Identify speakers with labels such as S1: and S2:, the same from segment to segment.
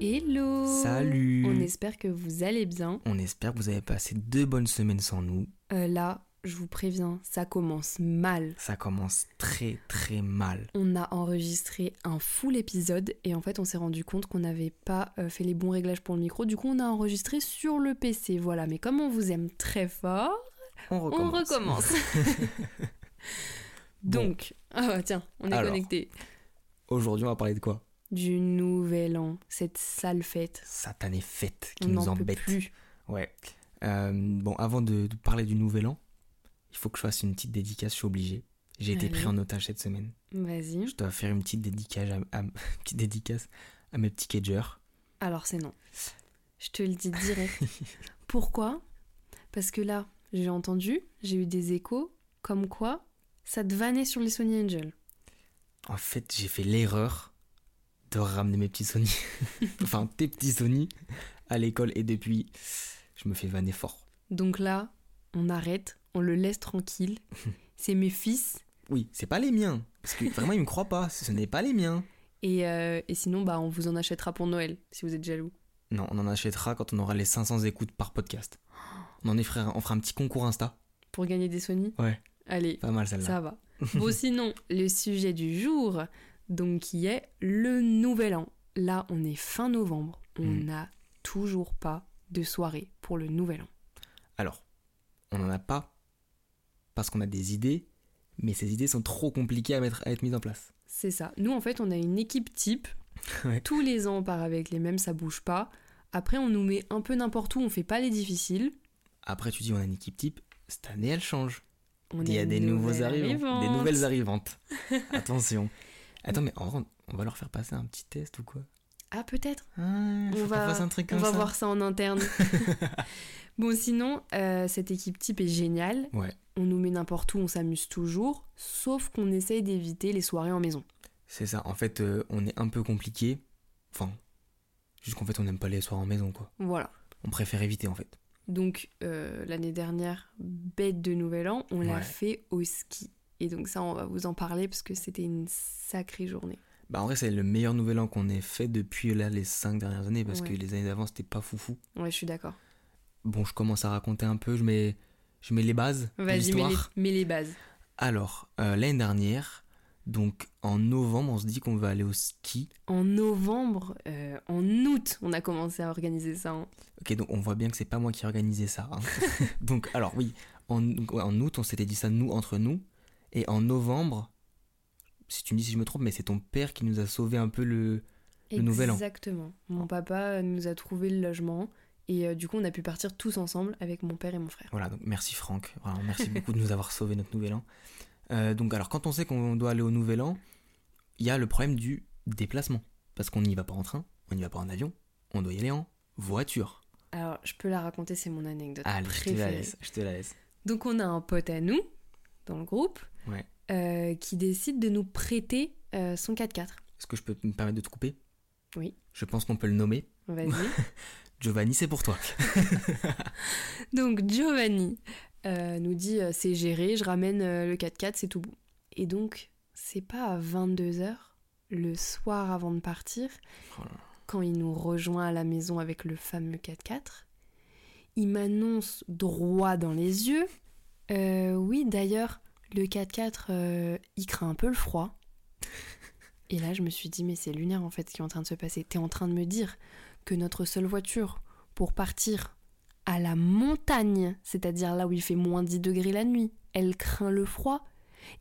S1: Hello
S2: Salut
S1: On espère que vous allez bien.
S2: On espère que vous avez passé deux bonnes semaines sans nous.
S1: Euh, là, je vous préviens, ça commence mal.
S2: Ça commence très très mal.
S1: On a enregistré un full épisode et en fait on s'est rendu compte qu'on n'avait pas euh, fait les bons réglages pour le micro. Du coup on a enregistré sur le PC. Voilà, mais comme on vous aime très fort,
S2: On recommence.
S1: on recommence. Donc, ah, tiens, on est
S2: Alors.
S1: connecté.
S2: Aujourd'hui, on va parler de quoi
S1: Du nouvel an, cette sale fête.
S2: Satanée fête qui
S1: on
S2: nous
S1: n'en peut
S2: embête.
S1: plus.
S2: Ouais. Euh, bon, avant de, de parler du nouvel an, il faut que je fasse une petite dédicace, je suis obligé. J'ai été
S1: Allez.
S2: pris en otage cette semaine.
S1: Vas-y.
S2: Je dois faire une petite dédicace à, à- petite dédicace à mes petits cageurs.
S1: Alors c'est non. Je te le dis direct. Pourquoi Parce que là, j'ai entendu, j'ai eu des échos, comme quoi ça te vannait sur les Sony Angel.
S2: En fait, j'ai fait l'erreur de ramener mes petits Sony, enfin tes petits Sony, à l'école et depuis, je me fais vanner fort.
S1: Donc là, on arrête, on le laisse tranquille. C'est mes fils.
S2: Oui, c'est pas les miens. Parce que vraiment, ils me croient pas. Ce n'est pas les miens.
S1: Et, euh, et sinon, bah, on vous en achètera pour Noël, si vous êtes jaloux.
S2: Non, on en achètera quand on aura les 500 écoutes par podcast. On en est frère, on fera un petit concours Insta.
S1: Pour gagner des Sony
S2: Ouais,
S1: Allez,
S2: pas mal celle-là.
S1: ça va. Bon, sinon, le sujet du jour, donc qui est le nouvel an. Là, on est fin novembre. On
S2: Mm.
S1: n'a toujours pas de soirée pour le nouvel an.
S2: Alors, on n'en a pas parce qu'on a des idées, mais ces idées sont trop compliquées à, mettre, à être mises en place.
S1: C'est ça. Nous, en fait, on a une équipe type.
S2: Ouais.
S1: Tous les ans, on part avec les mêmes, ça bouge pas. Après, on nous met un peu n'importe où, on fait pas les difficiles.
S2: Après, tu dis, on a une équipe type. Cette année, elle change.
S1: On
S2: Il y a
S1: une
S2: des nouveaux
S1: nouvelle
S2: arrivants. Des
S1: arrivante.
S2: nouvelles arrivantes. Attention. Attends, mais en vrai, on va leur faire passer un petit test ou quoi
S1: Ah, peut-être.
S2: ah, il faut
S1: On
S2: qu'on
S1: va-
S2: fasse un truc
S1: On
S2: comme
S1: va
S2: ça.
S1: voir ça en interne. bon, sinon, euh, cette équipe type est géniale.
S2: Ouais.
S1: On nous met n'importe où, on s'amuse toujours. Sauf qu'on essaye d'éviter les soirées en maison.
S2: C'est ça, en fait, euh, on est un peu compliqué. Enfin, juste qu'en fait, on n'aime pas les soirs en maison, quoi.
S1: Voilà.
S2: On préfère éviter, en fait.
S1: Donc, euh, l'année dernière, bête de nouvel an, on l'a
S2: Ouais.
S1: fait au ski. Et donc, ça, on va vous en parler parce que c'était une sacrée journée.
S2: Bah, en vrai, c'est le meilleur nouvel an qu'on ait fait depuis là, les cinq dernières années, parce que
S1: Ouais.
S2: les années d'avant, c'était pas foufou.
S1: Ouais, je suis d'accord.
S2: Bon, je commence à raconter un peu, je mets, je mets les bases de
S1: Vas-y, mets les,
S2: l'histoire.
S1: mets les bases.
S2: Alors, euh, l'année dernière, donc en novembre, on se dit qu'on va aller au ski.
S1: En novembre, euh, en août, on a commencé à organiser ça. hein.
S2: Ok, donc on voit bien que c'est pas moi qui ai organisé ça. hein. donc, alors oui, en, donc, ouais, en août, on s'était dit ça nous, entre nous. Et en novembre, si tu me dis si je me trompe, mais c'est ton père qui nous a sauvé un peu le. Le nouvel an.
S1: Exactement. Mon papa nous a trouvé le logement et euh, du coup, on a pu partir tous ensemble avec mon père et mon frère.
S2: Voilà, donc merci Franck. Vraiment, merci beaucoup de nous avoir sauvé notre nouvel an. Euh, donc, alors, quand on sait qu'on doit aller au nouvel an, il y a le problème du déplacement. Parce qu'on n'y va pas en train, on n'y va pas en avion, on doit y aller en voiture.
S1: Alors, je peux la raconter, c'est mon anecdote
S2: Allez, je te la
S1: préférée.
S2: laisse. Je te la laisse.
S1: Donc, on a un pote à nous dans le groupe
S2: Ouais.
S1: euh, qui décide de nous prêter euh, son 4x4.
S2: Est-ce que je peux me permettre de te couper
S1: Oui.
S2: Je pense qu'on peut le nommer.
S1: Vas-y.
S2: Giovanni, c'est pour toi.
S1: Donc Giovanni euh, nous dit euh, c'est géré, je ramène euh, le 4x4, c'est tout bon. Et donc, c'est pas à 22h, le soir avant de partir,
S2: Oh là là.
S1: quand il nous rejoint à la maison avec le fameux 4x4, il m'annonce droit dans les yeux Euh, Oui, d'ailleurs, le 4x4, euh, il craint un peu le froid. Et là, je me suis dit, mais c'est lunaire en fait ce qui est en train de se passer. T'es en train de me dire que notre seule voiture pour partir à la montagne, c'est-à-dire là où il fait moins 10 degrés la nuit, elle craint le froid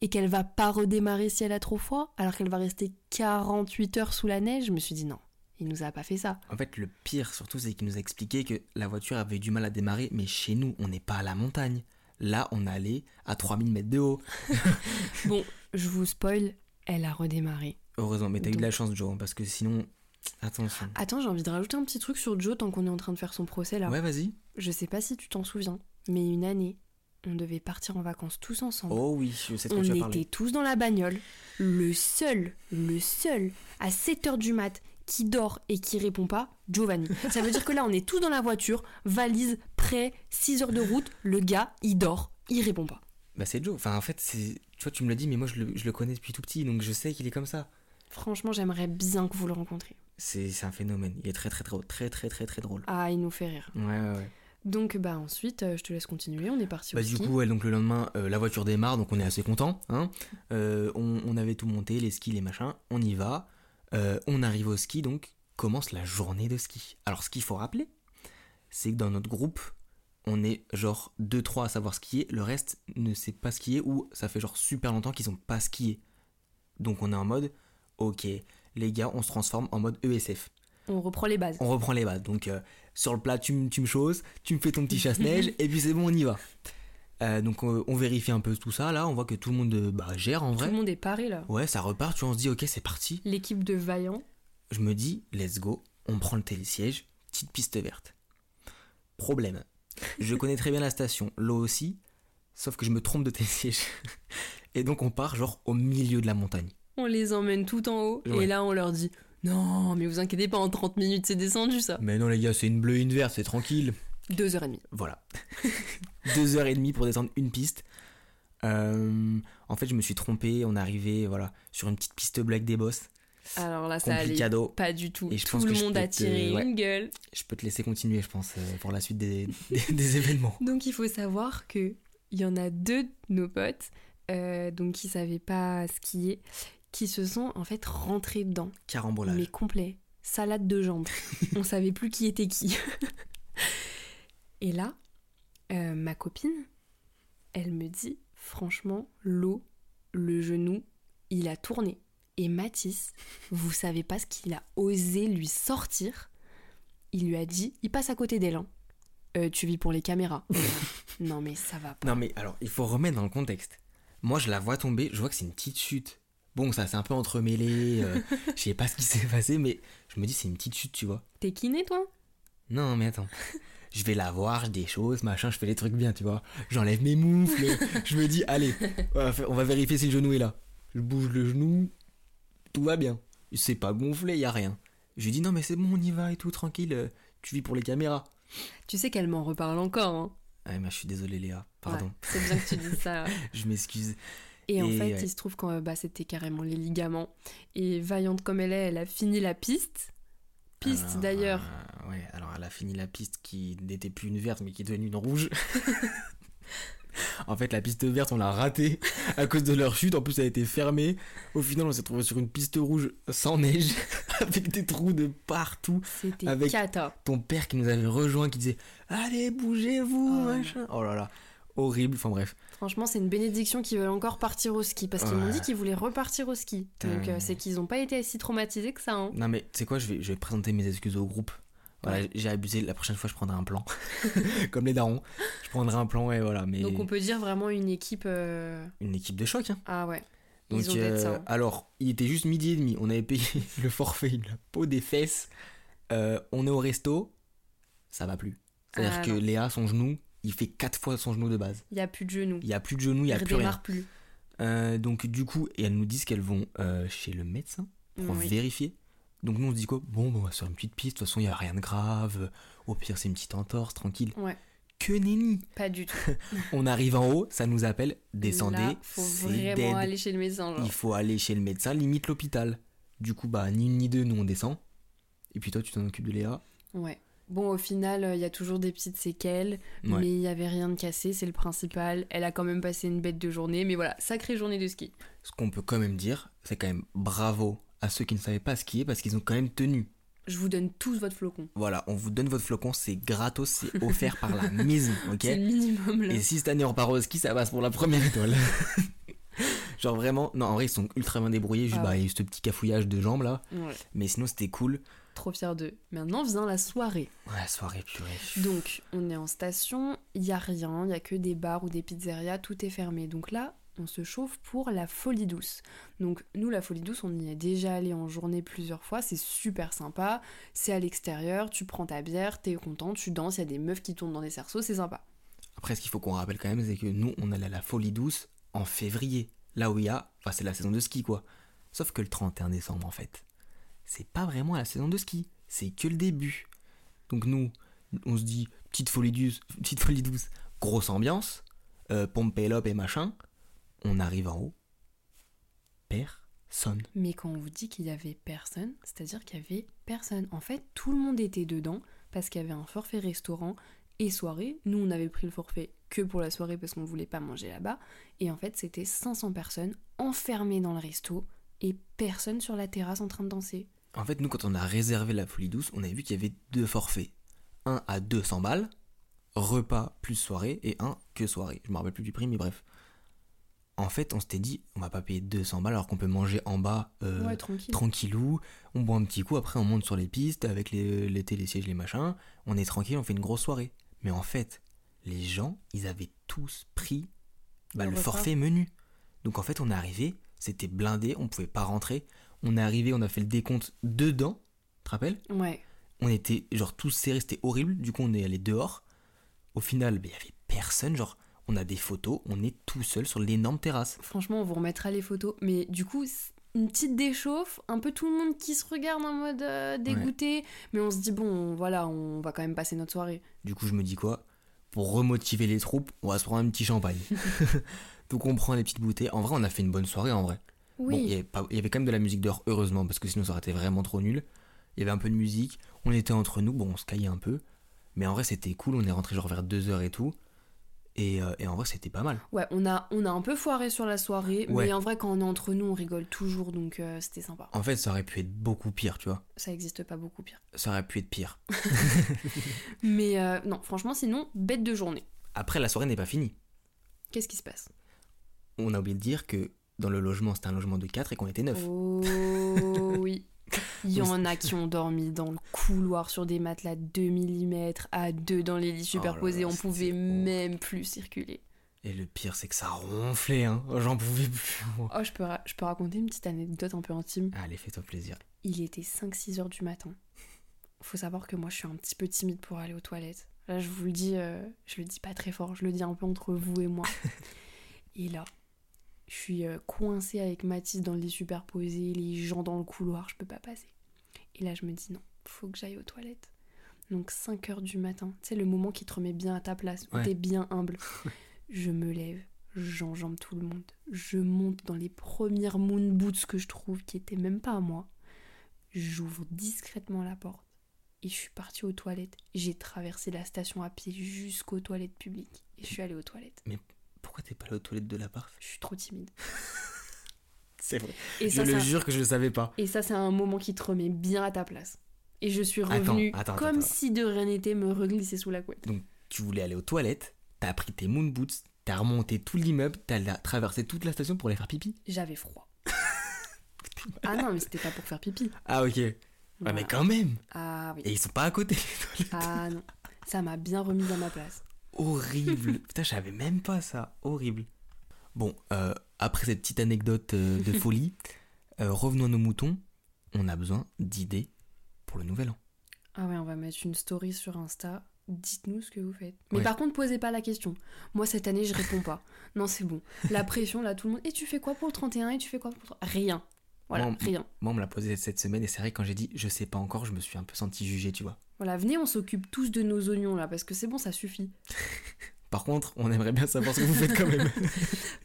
S1: et qu'elle va pas redémarrer si elle a trop froid alors qu'elle va rester 48 heures sous la neige. Je me suis dit, non, il nous a pas fait ça.
S2: En fait, le pire surtout, c'est qu'il nous a expliqué que la voiture avait eu du mal à démarrer, mais chez nous, on n'est pas à la montagne. Là, on allait à 3000 mètres de haut.
S1: Je vous spoil, elle a redémarré.
S2: Heureusement, mais t'as eu de
S1: Donc-
S2: la chance, Joe, hein, parce que sinon. Attention.
S1: Attends, j'ai envie de rajouter un petit truc sur Joe tant qu'on est en train de faire son procès là.
S2: Ouais, vas-y.
S1: Je sais pas si tu t'en souviens, mais une année, on devait partir en vacances tous ensemble.
S2: Oh oui, je sais de quoi
S1: on
S2: tu as
S1: était
S2: parlé.
S1: tous dans la bagnole. Le seul, le seul, à 7h du mat, qui dort et qui répond pas, Giovanni. Ça veut dire que là, on est tous dans la voiture, valise, prêt, 6 heures de route, le gars, il dort, il répond pas.
S2: Bah c'est Joe. Enfin en fait, c'est tu vois, tu me l'as dit, mais moi je le, je le connais depuis tout petit, donc je sais qu'il est comme ça.
S1: Franchement, j'aimerais bien que vous le rencontriez.
S2: C'est c'est un phénomène. Il est très très très très très très très drôle.
S1: Ah, il nous fait rire.
S2: Ouais ouais ouais.
S1: Donc, bah ensuite, euh, je te laisse continuer, on est parti
S2: Bah
S1: au
S2: du
S1: ski.
S2: coup, ouais, donc le lendemain, euh, la voiture démarre, donc on est assez content. Hein Euh, on, on avait tout monté, les skis, les machins, on y va. Euh, on arrive au ski, donc commence la journée de ski. Alors ce qu'il faut rappeler, c'est que dans notre groupe, on est genre 2-3 à savoir skier, le reste ne sait pas skier ou ça fait genre super longtemps qu'ils ont pas skié. Donc on est en mode, ok, les gars, on se transforme en mode E ESF.
S1: On reprend les bases.
S2: On reprend les bases. Donc, euh, sur le plat, tu, me- tu me chausses, tu me fais ton petit chasse-neige, et puis c'est bon, on y va. Euh, donc, on, on vérifie un peu tout ça. Là, on voit que tout le monde euh, bah, gère en
S1: Tout
S2: vrai.
S1: le monde est paré là.
S2: Ouais, ça repart. Tu vois, on se dit, ok, c'est parti.
S1: L'équipe de Vaillant,
S2: Je me dis, let's go. On prend le télésiège, petite piste verte. Problème. Je connais très bien la station, l'eau aussi, sauf que je me trompe de télésiège. Et donc, on part genre au milieu de la montagne.
S1: on les emmène tout en haut
S2: Ouais.
S1: et là on leur dit Non, mais vous inquiétez pas, en 30 minutes c'est descendu ça.
S2: Mais non, les gars, c'est une bleue, une verte, c'est tranquille.
S1: Deux heures et demie.
S2: Voilà. Deux heures et demie pour descendre une piste. Euh, en fait, je me suis trompé. On est arrivé voilà, sur une petite piste black des boss.
S1: Alors là, ça allait
S2: Complicado.
S1: pas du tout.
S2: Et je
S1: tout
S2: pense
S1: le
S2: que je
S1: monde
S2: peux
S1: a
S2: te-
S1: tiré
S2: ouais.
S1: une gueule.
S2: Je peux te laisser continuer, je pense, euh, pour la suite des, des- des événements.
S1: Donc il faut savoir que il y en a deux de nos potes euh, donc qui savaient pas skier, qui se sont en fait rentrés dedans,
S2: Carambolage.
S1: mais complet, salade de jambes. On savait plus qui était qui. Et là, euh, ma copine, elle me dit franchement l'eau, le genou, il a tourné. Et Matisse, vous savez pas ce qu'il a osé lui sortir. Il lui a dit, il passe à côté d'Elan. Euh, tu vis pour les caméras. non mais ça va pas.
S2: Non, mais alors, il faut remettre dans le contexte. Moi, je la vois tomber. Je vois que c'est une petite chute. Bon, ça, c'est un peu entremêlé. euh, je sais pas ce qui s'est passé, mais je me dis, c'est une petite chute, tu vois.
S1: T'es kiné toi
S2: Non, mais attends. Je vais la voir, je dis des choses, machin, je fais les trucs bien, tu vois. J'enlève mes moufles, je me dis, allez, on va faire- on va vérifier si le genou est là. Je bouge le genou, tout va bien. C'est pas gonflé, y a rien. Je lui dis, non, mais c'est bon, on y va et tout, tranquille, euh, tu vis pour les caméras.
S1: Tu sais qu'elle m'en reparle encore. hein.
S2: Ah, mais je suis désolé, Léa, pardon,
S1: Ouais, c'est bien que tu dises ça. ouais.
S2: je m'excuse.
S1: Et, en
S2: Et
S1: fait,
S2: ouais.
S1: il se trouve que bah, c'était carrément les ligaments. Et vaillante comme elle est, elle a fini la piste. Piste
S2: Alors,
S1: d'ailleurs.
S2: euh, ouais, alors elle a fini la piste qui n'était plus une verte, mais qui est devenue une rouge. en fait, la piste verte, on l'a ratée à cause de leur chute. En plus, elle a été fermée. Au final, on s'est trouvé sur une piste rouge sans neige, avec des trous de partout.
S1: C'était
S2: avec-
S1: cata.
S2: Ton père qui nous avait rejoint, qui disait Allez, bougez-vous,
S1: Oh là là.
S2: machin. Oh là là, horrible. Enfin bref.
S1: Franchement, c'est une bénédiction qu'ils veulent encore partir au ski. Parce qu'ils m'ont
S2: Ouais.
S1: dit qu'ils voulaient repartir au ski. Donc
S2: Putain.
S1: euh, c'est qu'ils n'ont pas été si traumatisés que ça. hein.
S2: Non, mais tu sais quoi, je vais, je vais présenter mes excuses au groupe. Voilà, j'ai abusé. La prochaine fois, je prendrai un plan. Comme les darons. Je prendrai un plan, et voilà. Mais
S1: Donc on peut dire vraiment une équipe. euh,
S2: une équipe de choc, hein.
S1: Ah ouais.
S2: Donc,
S1: Ils ont d'être ça.
S2: euh,
S1: hein.
S2: alors, il était juste midi et demi. On avait payé le forfait, la peau des fesses. Euh, on est au resto, ça va plus. C'est-à-dire
S1: Ah,
S2: que
S1: non.
S2: Léa, son genou, il fait quatre fois son genou de base.
S1: Il n'y a plus de genoux.
S2: Il n'y a plus de genou, il n'y a
S1: Ils
S2: plus rien.
S1: redémarrent plus.
S2: Euh, donc, du coup, et elles nous disent qu'elles vont euh, chez le médecin pour
S1: Oui.
S2: vérifier. Donc, nous, on se dit quoi Bon, bah, on va sur une petite piste, de toute façon, il n'y a rien de grave. Au pire, c'est une petite entorse, tranquille.
S1: Ouais.
S2: Que nenni
S1: Pas du tout.
S2: On arrive en haut, ça nous appelle, descendez,
S1: Là, faut
S2: c'est
S1: vraiment
S2: dead.
S1: aller chez le médecin. genre.
S2: Il faut aller chez le médecin, limite l'hôpital. Du coup, bah, ni une ni deux, nous on descend. Et puis toi, tu t'en occupes de Léa.
S1: Ouais. Bon, au final, euh, il y a toujours des petites séquelles,
S2: Ouais.
S1: mais il n'y avait rien de cassé, c'est le principal. Elle a quand même passé une bête de journée, mais voilà, sacrée journée de ski.
S2: Ce qu'on peut quand même dire, c'est quand même bravo à ceux qui ne savaient pas skier parce qu'ils ont quand même tenu.
S1: Je vous donne tous votre flocon.
S2: Voilà, on vous donne votre flocon, c'est gratos, c'est offert par la maison, ok
S1: C'est hein. le minimum là.
S2: Et si cette année on repart au ski, ça passe pour la première étoile. Genre vraiment, non, en vrai, ils sont ultra bien débrouillés. Juste,
S1: Ah
S2: bah, il y a eu ce petit cafouillage de jambes là.
S1: Ouais,
S2: Mais sinon, c'était cool.
S1: trop fière d'eux. Maintenant vient la soirée.
S2: Ouais, la soirée purée.
S1: Donc, on est en station, il n'y a rien, il n'y a que des bars ou des pizzerias, tout est fermé. Donc là, on se chauffe pour la folie douce. Donc, nous, la folie douce, on y est déjà allé en journée plusieurs fois, c'est super sympa. C'est à l'extérieur, tu prends ta bière, t'es content, tu danses, il y a des meufs qui tournent dans des cerceaux, c'est sympa.
S2: Après, ce qu'il faut qu'on rappelle quand même, c'est que nous, on allait à la Folie Douce en février. Là où il y a, enfin, c'est la saison de ski, quoi. Sauf que le 31 décembre, en fait, c'est pas vraiment la saison de ski. C'est que le début. Donc nous, on se dit, petite Folie Douce, petite folie douce grosse ambiance. euh, Pompelope et machin, on arrive en haut. Personne.
S1: Mais quand on vous dit qu'il y avait personne, c'est-à-dire qu'il y avait personne. En fait, tout le monde était dedans parce qu'il y avait un forfait restaurant et soirée. Nous, on avait pris le forfait que pour la soirée parce qu'on voulait pas manger là-bas. Et en fait, c'était 500 personnes enfermées dans le resto et personne sur la terrasse en train de danser.
S2: En fait, nous, quand on a réservé la folie douce, on a vu qu'il y avait deux forfaits. Un à 200 balles, repas plus soirée, et un que soirée. Je me rappelle plus du prix, mais bref. En fait, on s'était dit, on va pas payer 200 balles alors qu'on peut manger en bas euh,
S1: ouais, tranquille.
S2: tranquillou, on boit un petit coup, après on monte sur les pistes avec les, les télésièges, les machins, on est tranquille, on fait une grosse soirée. Mais en fait, les gens, ils avaient tous pris bah,
S1: Le
S2: le
S1: repas.
S2: forfait menu. Donc en fait, on est arrivé, c'était blindé, on pouvait pas rentrer. On est arrivé, on a fait le décompte dedans, tu te rappelles
S1: Ouais.
S2: on était genre tous serrés, c'était horrible. Du coup, on est allé dehors. Au final, ben, il y avait personne. Genre, on a des photos, on est tout seul sur l'énorme terrasse.
S1: Franchement, on vous remettra les photos. Mais du coup, c- une petite déchauffe, un peu tout le monde qui se regarde en mode euh, dégoûté. Mais on se dit, bon, voilà, on va quand même passer notre soirée.
S2: Du coup, je me dis quoi Pour remotiver les troupes, on va se prendre un petit champagne. Donc, on prend les petites bouteilles. En vrai, on a fait une bonne soirée. En vrai, Bon, il, y
S1: Oui.
S2: avait pas- il y avait quand même de la musique dehors, heureusement, parce que sinon, ça aurait été vraiment trop nul. Il y avait un peu de musique. On était entre nous. Bon, on se caillait un peu. Mais en vrai, c'était cool. On est rentré genre vers 2h et tout. Et, euh, et en vrai, c'était pas mal.
S1: Ouais, on a, on a un peu foiré sur la soirée. Mais
S2: Ouais.
S1: en vrai, quand on est entre nous, on rigole toujours. Donc euh, c'était sympa.
S2: En fait, ça aurait pu être beaucoup pire, tu vois.
S1: Ça existe pas beaucoup pire.
S2: Ça aurait pu être pire.
S1: Mais euh, non, franchement, sinon, bête de journée.
S2: Après, la soirée n'est pas finie.
S1: Qu'est-ce qui se passe
S2: On a oublié de dire que dans le logement, c'était un logement de 4 et qu'on était 9.
S1: Oh oui. Il y
S2: Oui,
S1: en a qui ont dormi dans le couloir sur des matelas 2 mm à deux dans les lits
S2: Oh là là,
S1: superposés. on
S2: c'était
S1: pouvait
S2: horrible.
S1: même plus circuler.
S2: Et le pire, c'est que ça ronflait, hein. Oh, J'en pouvais plus. moi.
S1: Oh, je peux, ra- je peux raconter une petite anecdote un peu intime.
S2: Allez, fais-toi plaisir.
S1: Il était 5-6 heures du matin. Faut savoir que moi, je suis un petit peu timide pour aller aux toilettes. Là, je vous le dis, euh, je le dis pas très fort, je le dis un peu entre vous et moi. et là, je suis euh, coincée avec Mathis dans le lit superposé, les gens dans le couloir, je peux pas passer. Et là, je me dis non, faut que j'aille aux toilettes. Donc 5 heures du matin, tu sais, le moment qui te remet bien à ta place, où
S2: Ouais.
S1: t'es bien humble. je me lève, j'enjambe tout le monde. Je monte dans les premières moon boots que je trouve, qui étaient même pas à moi. J'ouvre discrètement la porte et je suis partie aux toilettes. J'ai traversé la station à pied jusqu'aux toilettes publiques et je suis allée aux toilettes.
S2: Pourquoi t'es pas allé aux toilettes de l'appart
S1: Je suis trop timide.
S2: C'est vrai.
S1: Et ça,
S2: je
S1: ça-
S2: le jure que je le savais pas.
S1: et ça, c'est un moment qui te remet bien à ta place. Et je suis
S2: Attends,
S1: revenue
S2: attends, attends,
S1: comme
S2: attends.
S1: si de rien n'était me reglisser sous la couette.
S2: Tu voulais aller aux toilettes, t'as pris tes moon boots, t'as remonté tout l'immeuble, t'as la- traversé toute la station pour aller faire pipi.
S1: J'avais froid. ah non, mais c'était pas pour faire pipi.
S2: Ah, ok. Ah,
S1: Voilà.
S2: mais quand même
S1: Ah oui.
S2: Et ils sont pas à côté, les toilettes.
S1: Ah non. Ça m'a bien remise à ma place.
S2: Horrible. Putain, je savais même pas ça. Horrible. Bon, euh, après cette petite anecdote euh, de folie, euh, revenons à nos moutons. On a besoin d'idées pour le nouvel an.
S1: Ah ouais, on va mettre une story sur Insta. Dites-nous ce que vous faites. Mais
S2: Ouais.
S1: par contre, posez pas la question. Moi, cette année, je réponds pas. Non, c'est bon. La pression, là, tout le monde. Et tu fais quoi pour le 31 Et tu fais quoi pour le 30? Rien. Voilà,
S2: Moi,
S1: rien.
S2: Moi, on me l'a posé cette semaine et c'est vrai, que quand j'ai dit je sais pas encore, je me suis un peu senti jugé, tu vois.
S1: Voilà, venez, on s'occupe tous de nos oignons, là, parce que c'est bon, ça suffit.
S2: Par contre, on aimerait bien savoir ce que vous faites quand même.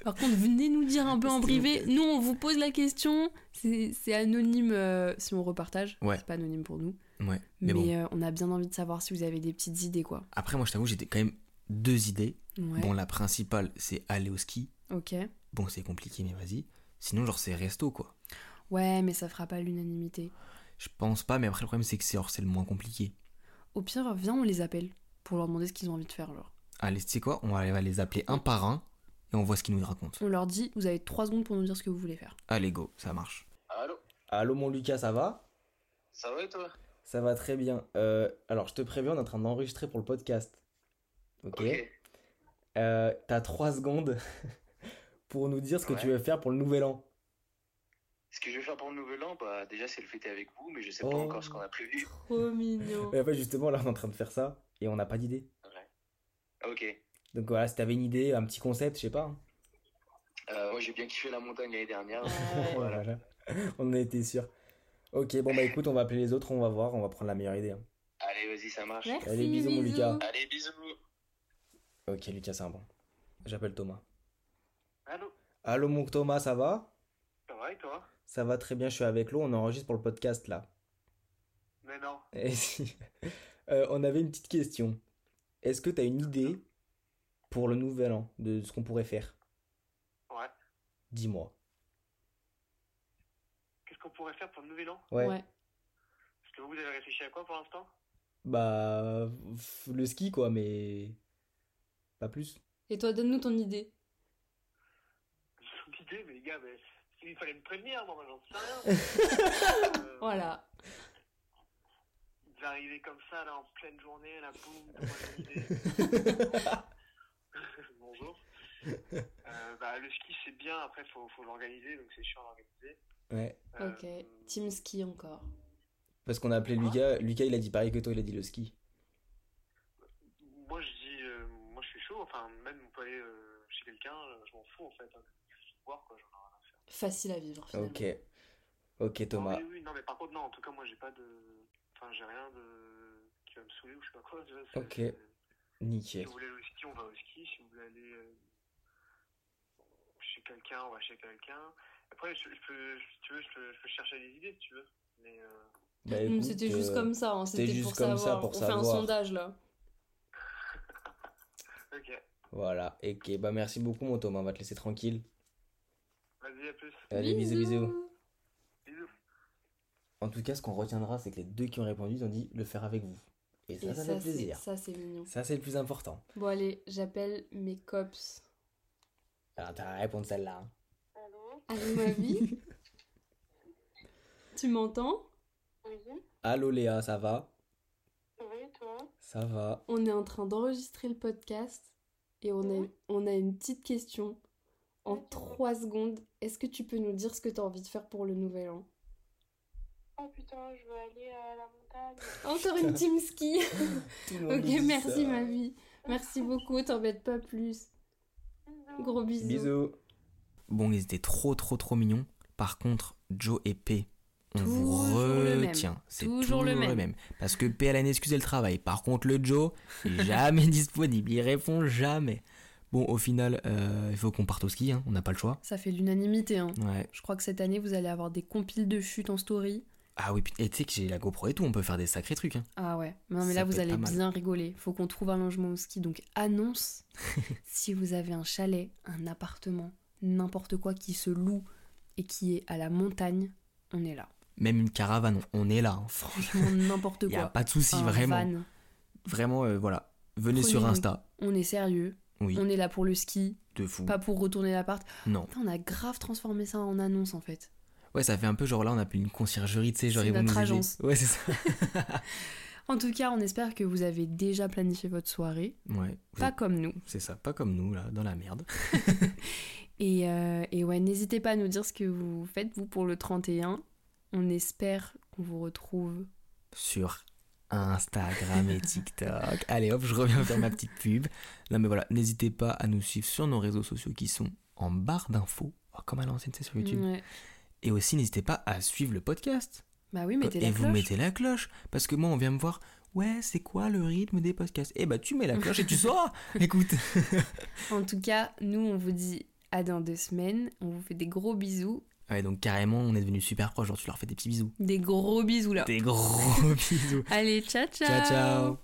S1: Par contre, venez nous dire un peu en
S2: S'il vous
S1: privé. Nous, on vous pose la question. C'est c'est anonyme euh, si on repartage.
S2: Ouais.
S1: C'est pas anonyme pour nous.
S2: ouais,
S1: Mais,
S2: mais, bon.
S1: euh, on a bien envie de savoir si vous avez des petites idées, quoi.
S2: Après, moi, je t'avoue, j'ai des- quand même deux idées.
S1: Ouais.
S2: Bon, la principale, c'est aller au ski.
S1: Ok.
S2: Bon, c'est compliqué, mais vas-y. Sinon, genre, c'est resto, quoi.
S1: Ouais, mais ça fera pas l'unanimité.
S2: Je pense pas, mais après, le problème, c'est que c'est hors, c'est le moins compliqué.
S1: Au pire, viens, on les appelle pour leur demander ce qu'ils ont envie de faire. Genre.
S2: Allez, tu sais quoi On va on va les appeler un par un et on voit ce qu'ils nous racontent.
S1: On leur dit, vous avez trois secondes pour nous dire ce que vous voulez faire.
S2: Allez, go, ça marche.
S3: Allô
S2: Allô, mon Lucas, ça va
S3: Ça va et toi
S2: Ça va très bien. Euh, alors, je te préviens, on est en train d'enregistrer pour le podcast. Ok Euh, T'as trois secondes pour nous dire
S3: ce que tu Ouais.
S2: veux faire pour le nouvel an.
S3: Ce que je vais faire pour le nouvel an, bah déjà c'est le fêter avec vous, mais je sais pas
S2: Oh.
S3: encore ce qu'on a prévu.
S1: Trop mignon.
S2: en fait, justement, là, on est en train de faire ça et on n'a pas d'idée.
S3: Ah, Ok.
S2: Donc voilà, si t'avais une idée, un petit concept, je sais pas. hein.
S3: Euh, moi j'ai bien kiffé la montagne l'année dernière.
S1: Ouais.
S3: voilà.
S2: on a été sûr. Ok, bon, bah écoute, on va appeler les autres, on va voir, on va prendre la meilleure idée. hein.
S3: Allez, vas-y, ça marche.
S1: Merci,
S2: Allez, bisous, mon
S1: bisous.
S2: Lucas.
S3: Allez, bisous
S2: Ok, Lucas, c'est un bon. J'appelle Thomas.
S3: Allô
S2: Allô mon Thomas, ça va
S3: Ça va et toi
S2: Ça va très bien, je suis avec l'eau, on enregistre pour le podcast là.
S3: Mais non.
S2: Et si- Euh, on avait une petite question. Est-ce que tu as une idée pour le nouvel an de ce qu'on pourrait faire
S3: Ouais.
S2: Dis-moi.
S3: Qu'est-ce qu'on pourrait faire pour le nouvel an
S2: Ouais.
S3: Parce que vous, vous avez réfléchi à quoi pour l'instant
S2: Bah, f- le ski quoi, mais pas plus.
S1: Et toi, donne-nous ton idée.
S3: J'ai aucune idée, mais les gars, mais... il fallait me prévenir, moi, moi, j'en sais rien. Euh,
S1: Voilà.
S3: Il va arriver comme ça, là, en pleine journée, là, boum, t'as pas une idée. Bonjour. Euh, bah, le ski, c'est bien, après, faut, faut l'organiser, donc c'est chiant à organiser.
S2: Ouais.
S3: Euh,
S1: Ok. Team ski encore.
S2: Parce qu'on a appelé Lucas, Lucas il a dit pareil que toi, il a dit le ski.
S3: Moi, je dis, euh, moi, je suis chaud, enfin, même, on peut aller euh, chez quelqu'un, euh, je m'en fous, en fait. hein. Je vais voir, quoi, genre.
S1: Facile à vivre finalement.
S2: Ok. Ok
S3: Non,
S2: Thomas.
S3: oui, oui, non, mais par contre, non, en tout cas, moi, j'ai pas de. Enfin, j'ai rien de. qui va me saouler ou je sais pas quoi, tu vois, c'est-
S2: Ok.
S3: c'est- Si
S2: Nickel.
S3: vous voulez aller au ski, on va au ski. Si vous voulez aller euh, chez quelqu'un, on va chez quelqu'un. Après, je, je peux, je- si tu veux, je peux, je peux chercher des idées si tu veux. Mais euh,
S2: Bah,
S1: Nous,
S2: écoute,
S1: C'était juste
S2: euh,
S1: comme ça, hein,
S2: c'était
S1: c'était
S2: juste
S1: pour
S2: comme ça,
S1: savoir.
S2: pour
S1: On fait
S2: savoir.
S1: un sondage là.
S3: ok,
S2: Voilà. Ok, bah merci beaucoup mon Thomas, on va te laisser tranquille.
S3: vas-y, à plus.
S2: Allez, bisous, bisous.
S3: Bisous.
S2: En tout cas, ce qu'on retiendra, c'est que les deux qui ont répondu ils ont dit le faire avec vous. Et ça,
S1: Et ça,
S2: ça, fait
S1: c'est-
S2: plaisir.
S1: ça, c'est mignon.
S2: Ça, c'est le plus important.
S1: Bon, allez, j'appelle mes cops.
S2: Alors, t'as à répondre celle-là. hein.
S4: Allô
S1: Allô, ma vie Tu m'entends
S4: Oui
S2: Allô Léa, ça va
S4: Oui, toi
S2: Ça va.
S1: On est en train d'enregistrer le podcast et on, a,
S4: Mhm.
S1: on a une petite question. En
S4: Ok.
S1: trois secondes, est-ce que tu peux nous dire ce que tu as envie de faire pour le nouvel an
S4: Oh putain, je veux aller à la montagne.
S1: Encore une team ski
S2: Tout le monde
S1: Ok,
S2: nous dit
S1: merci
S2: ça.
S1: ma vie. Merci beaucoup, t'embête pas plus.
S4: Bisous.
S1: Gros bisous.
S2: Bisous. Bon, ils étaient trop, trop, trop mignons. Par contre, Joe et P, on vous
S1: Toujours le même.
S2: retient. C'est
S1: Toujours
S2: toujours,
S1: le
S2: le, même.
S1: même.
S2: Parce que P, elle a une excuse, elle travaille. Par contre, le Joe, jamais disponible. Il répond jamais. Bon, au final, euh, il faut qu'on parte au ski. hein. On n'a pas le choix.
S1: Ça fait l'unanimité, hein.
S2: Ouais.
S1: Je crois que cette année, vous allez avoir des compiles de chutes en story.
S2: Ah oui, putain. et tu sais que j'ai la GoPro et tout. On peut faire des sacrés trucs. hein.
S1: Ah ouais, non mais
S2: Ça
S1: là, vous
S2: peut être
S1: allez
S2: pas mal.
S1: bien rigoler. Faut qu'on trouve un logement au ski, donc annonce si vous avez un chalet, un appartement, n'importe quoi qui se loue et qui est à la montagne, on est là.
S2: Même une caravane, on on est là. hein. Franchement,
S1: Franchement, n'importe
S2: il n'y a
S1: quoi.
S2: pas de souci,
S1: Un
S2: vraiment.
S1: van.
S2: Vraiment, euh, voilà. Venez
S1: Prenez
S2: sur
S1: le-
S2: Insta.
S1: on est sérieux,
S2: Oui,
S1: on est là pour le ski,
S2: de fou.
S1: pas pour retourner l'appart.
S2: Non.
S1: Putain, on a grave transformé ça en annonce en fait.
S2: Ouais, ça fait un peu genre là, on appelle une conciergerie, tu sais, genre
S1: C'est
S2: ils vont
S1: notre
S2: nous aider.
S1: agence.
S2: Ouais, c'est ça.
S1: En tout cas, on espère que vous avez déjà planifié votre soirée,
S2: Ouais, vous
S1: pas
S2: êtes-
S1: comme nous.
S2: c'est ça, pas comme nous, là, dans la merde.
S1: Et, euh, et ouais, n'hésitez pas à nous dire ce que vous faites, vous, pour le 31. On espère qu'on vous retrouve.
S2: Sur Instagram et TikTok. Allez hop, je reviens faire ma petite pub. Non, mais voilà, n'hésitez pas à nous suivre sur nos réseaux sociaux qui sont en barre d'infos, oh, comme à l'ancienne, c'est sur YouTube.
S1: Ouais.
S2: Et aussi, n'hésitez pas à suivre le podcast.
S1: Bah oui, mettez
S2: et
S1: la
S2: vous
S1: cloche.
S2: mettez la cloche. Parce que moi, on vient me voir. Ouais, c'est quoi le rythme des podcasts Eh bah, tu mets la cloche et tu sauras. Écoute.
S1: En tout cas, nous, on vous dit à dans deux semaines. On vous fait des gros bisous.
S2: Ouais, donc carrément, on est devenu super
S1: Ah.
S2: proches. Genre, tu leur fais des petits bisous.
S1: Des gros bisous, là.
S2: Des gros bisous.
S1: Allez,
S2: Ciao, ciao.